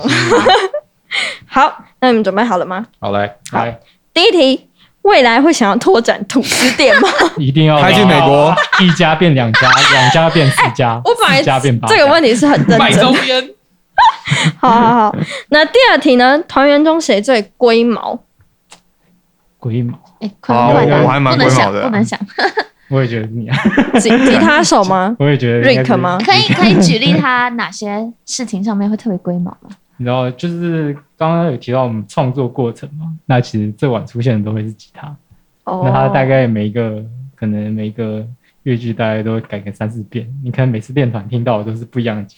C: 好，那你们准备好了吗？
E: 好来，
D: 来，
C: 第一题，未来会想要拓展吐司店吗？
D: 一定要
F: 开去美国，
D: 一家变两家，两家变四 家，
C: 我本来
D: 四家变八家。
C: 这个问题是很认
E: 买
C: 真
E: 周
C: 的。
E: 边，
C: 好好好， 那第二题呢？团员中谁最龟毛？
D: 鬼毛，
B: 哎，快问快答，
D: 哦我
F: 还蛮
B: 不能
F: 龟
B: 想，
F: 毛的
B: 不能想，
D: 我也觉得是你啊，
C: 吉吉他手 吗？
D: 我也觉得应该是
C: Rick 吗
B: 可 以可以举例他哪些事情上面会特别龟毛吗？
D: 你知道，就是刚刚有提到我们创作过程嘛，那其实最晚出现的都会是吉他，
C: 哦
D: 那它大概每一个可能每一个。乐句大概都会改个三四遍，你看每次练团听到的都是不一样的吉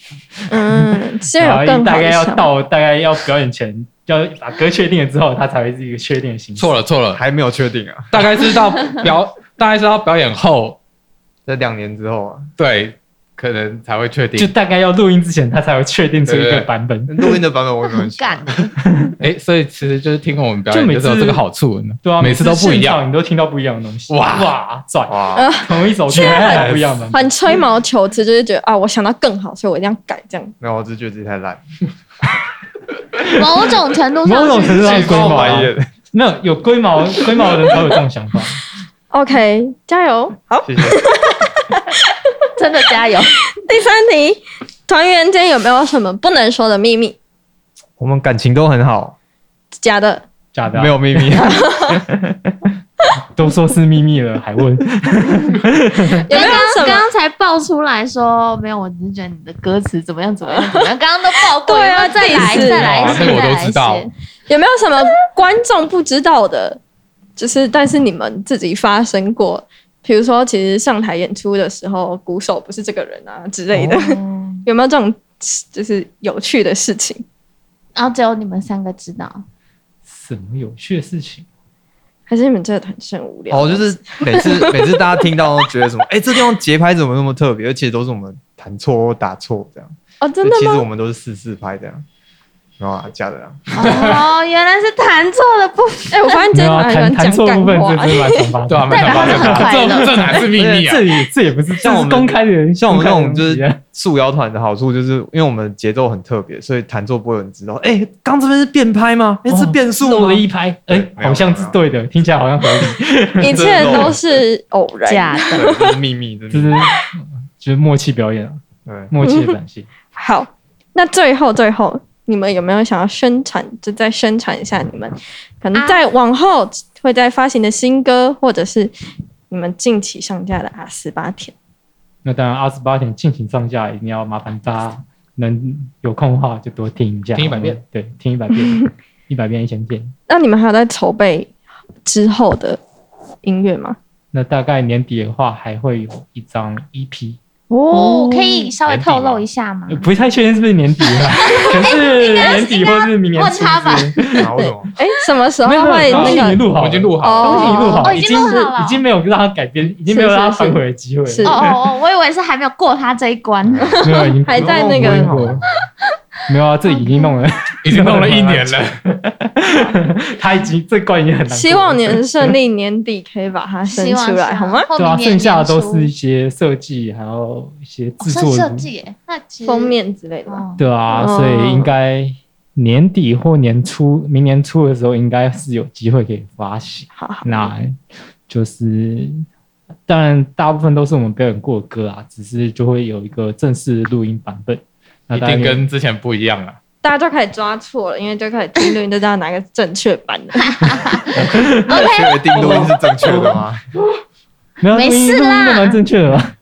D: 他，
C: 嗯，是有
D: 然后
C: 更
D: 大
C: 好
D: 概
C: 的
D: 要
C: 想法。
D: 到大概要表演前，要把歌确定了之后，它才会是一个确定的形式。
E: 错了错了，
F: 还没有确定啊，
E: 大概是到表，大概是到表演后，
F: 在两年之后啊，
E: 对，可能才会确
D: 就
E: 定。
D: 大概要录音之前，他才会确定出一个版本。
F: 录音的版本我也
B: 很
F: 没有很喜欢
B: 干，
E: 哎，所以其实就是听我们表演
D: 就每
E: 就
D: 次
E: 是有这个好处呢。
D: 对啊，
E: 每次都不一
D: 现
E: 样。
D: 场你都听到不一样的东西。
E: 哇
D: 哇，拽，
C: 啊
F: 哇，
D: 同一首歌还有不一样的版本。
C: 很吹毛求疵，就是觉得啊，我想到更好，所以我一定要改这样。
F: 没有，我只是觉得自己太烂，
B: 某种程度
D: 某
B: 上
D: 种
B: 是
D: 程度上
F: 去
D: 是龟毛啊，
F: 的，
D: 没有有龟毛 龟毛的人才有这种想法。
C: OK，加油！好，
F: 谢谢。
B: 真的加油。
C: 第三题，团员间有没有什么不能说的秘密？
F: 我们感情都很好，
C: 假的。
D: 假的啊、
F: 没有秘密，
D: 都说是秘密了，还问？
C: 有
B: 刚
C: 没有什
B: 刚
C: 么？
B: 刚才爆出来说没有，我只是觉得你的歌词怎么样怎么样怎 么样，刚刚都爆过，
C: 对啊
B: 有没有再来
C: 自己
B: 再来
D: 哦
B: 一
E: 哇那
B: 些，
E: 个我
B: 再
E: 都
B: 来一
E: 知道
B: 些。
C: 有没有什么观众不知道的？就是但是你们自己发生过，比如说，其实上台演出的时候，鼓手不是这个人啊之类的，
B: 哦
C: 有没有这种就是有趣的事情？
B: 然后只有你们三个知道，
D: 什么有趣的事情？
C: 还是你们这个团是很无聊？
F: 哦，就是每 次每次大家听到都觉得什么，哎、这地方节拍怎么那么特别，而且都是我们弹错或打错这样。
C: 哦，真的
F: 就其实
C: 吗？
F: 我们都是四四拍这样。然后啊，假的啦，
B: 哦，原来是弹错的部分。
C: 哎、我发现今天
D: 没有
C: 好
D: 啊，
C: 像
D: 弹
C: 很
D: 弹
C: 讲
D: 错部
C: 干
D: 分这
C: 话，
D: 真是蛮常发生的。
E: 对啊，蛮
B: 代
E: 常
B: 表
E: 发
B: 他
E: 生
B: 是
E: 的
B: 很快
E: 啊，
B: 乐
E: 这这哪是秘密啊
D: 这？也这也 不是，
F: 像
D: 这
F: 我们
D: 是公开的，
F: 像我们这种就
D: 公开的东西
F: 是
D: 啊
F: 素摇团的好处，就是因为我们节奏很特别，所以弹奏不会有人知道。哎、刚这边是变拍吗？哎、是变速
D: 弄
F: 吗
D: 哦了？一拍，
F: 对
D: 哎，
F: 没有
D: 好像是对的，听起来好像合 理，
C: 一切都是
D: 哦
C: 偶 然。
B: 假的，
F: 对，这是秘密，这
D: 就是是就是默契表演啊，
F: 对。
D: 默契的展现。
C: 好，那最后最后，你们有没有想要宣传？就再宣传一下你们，
B: 啊
C: 可能在往后会再发行的新歌，或者是你们近期上架的阿斯巴甜。
D: 那当然，二十八点尽情上架，一定要麻烦大家能有空的话就多听一下，
E: 听一百遍，
D: 对，听一百遍， 一百遍一千遍。
C: 那你们还有在筹备之后的音乐吗？
D: 那大概年底的话，还会有一张 E EP，
B: 哦，可以稍微透露一下吗
D: 呃？不太确定是不是年底 啦，可能是年底或是明年
B: 问
D: 初
B: 他吧
D: 之类的。
F: 然啊后什 么？
C: 哎、什么时候
D: 没有没
C: 会
D: 有，东
C: 那
D: 西已经
C: 个？
D: 录好了，
E: 我们已经录好了，
D: 东西已经录好
B: 哦
D: 了，
B: 已
D: 已
B: 经录好了
D: 已经没有让它改变，已经没有让它反悔的机会了，
C: 是
B: 哦哦，哦我以为是还没有过他这一 关。
D: 没有已经
C: 还在那
D: 没
C: 个
D: 有没有啊，这已经弄了，
E: 已经弄了一年了。
D: 他已经这关已经很难过了。
C: 希望你们顺利，年底可以把它生
B: 希望
C: 出来，好吗？？
B: 后
D: 对啊，
B: 明年
D: 剩下的都
B: 年初
D: 是一些设计，还有一些
B: 哦
D: 制
B: 算
D: 作
B: 设计耶，那其实
C: 封面之类的吧。
B: 哦
D: 对啊，
C: 哦
D: 所以应该年底或年初，明年初的时候应该是有机会可以发行。
C: 好好，
D: 那就是，当然大部分都是我们表演过的歌啊，只是就会有一个正式的录音版本。那
E: 一
D: 大家
E: 定跟之前不一样了。
C: 大家就开始抓错了，因为就开始听录音，就知道哪个正确版的。
F: 确定录音是正确的吗？
D: 没有
B: 没
D: 录音
B: 事
D: 录音
B: 啦
D: 都蛮正确的吧。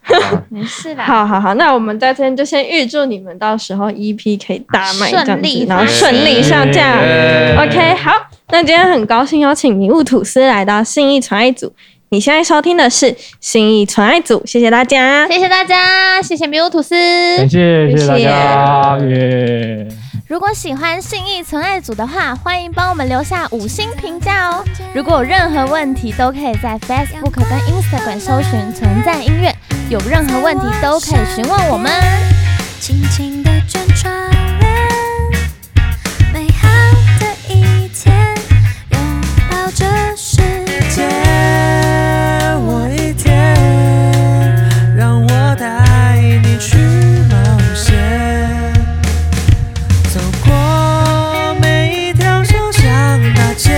B: 没事啦。
C: 好好好，那我们在这边就先预祝你们到时候 EP 可以大卖这样
B: 顺利
C: 子，然后顺利上架。
D: 哎
F: 耶
C: OK，好，那今天很高兴邀请迷雾吐司来到信义传爱组，你现在收听的是信义传爱组，谢谢大家。
B: 谢谢大家，谢谢迷雾吐司。
D: 感谢
C: 谢
D: 谢谢大
C: 谢
D: 家，耶！
A: 如果喜欢信义存爱组的话，欢迎帮我们留下五星评价哦。如果有任何问题，都可以在 Facebook 跟 Instagram 搜寻“存在音乐”，有任何问题都可以询问我们。轻轻地卷窗帘，美好的一天，拥抱这世界。
G: 借我一天，让我带你去冒险，走过每一条小巷大街，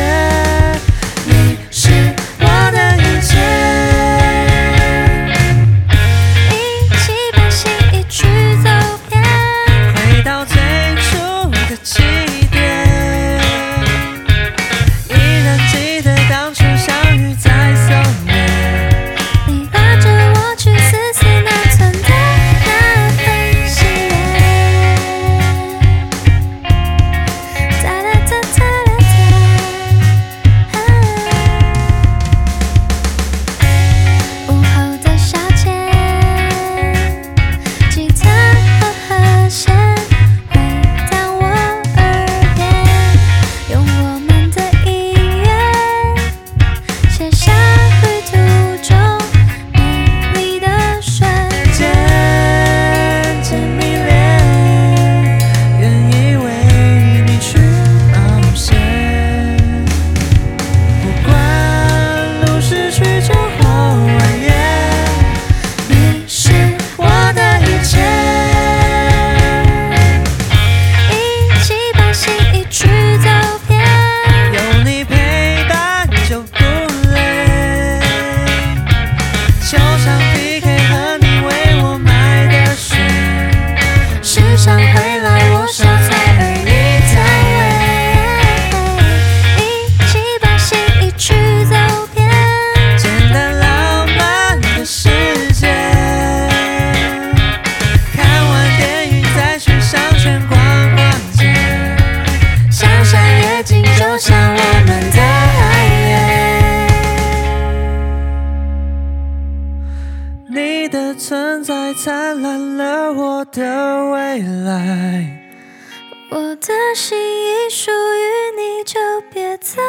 G: 你是我的一切。
A: 一起把心意去走遍，
G: 回到最初的起点，依然记得当初相遇在松烟。
A: 你拉着我去思索那存在那份喜悦。哒啦哒哒啦哒，
G: 啊
A: 午后的小街，吉他和和弦回到我耳边，用我们的音乐。写下旅途中美丽的瞬
G: 渐
A: 间。
G: 渐迷恋，愿意为你去冒险。不管路是曲折或蜿蜒，
A: 你是
G: 我的一切。
A: 一起把心意去走遍，
G: 有你陪伴就不累，就像 PK 和你为我买的水，时常会来我手菜，而你在喂。
A: 一起把心意去走遍。
G: 简单浪漫的世界，看完电影再去商圈逛逛街，想象夜景就像我们的爱恋。
H: 存在灿烂了我的未来。
A: 我的心已属于你，就别再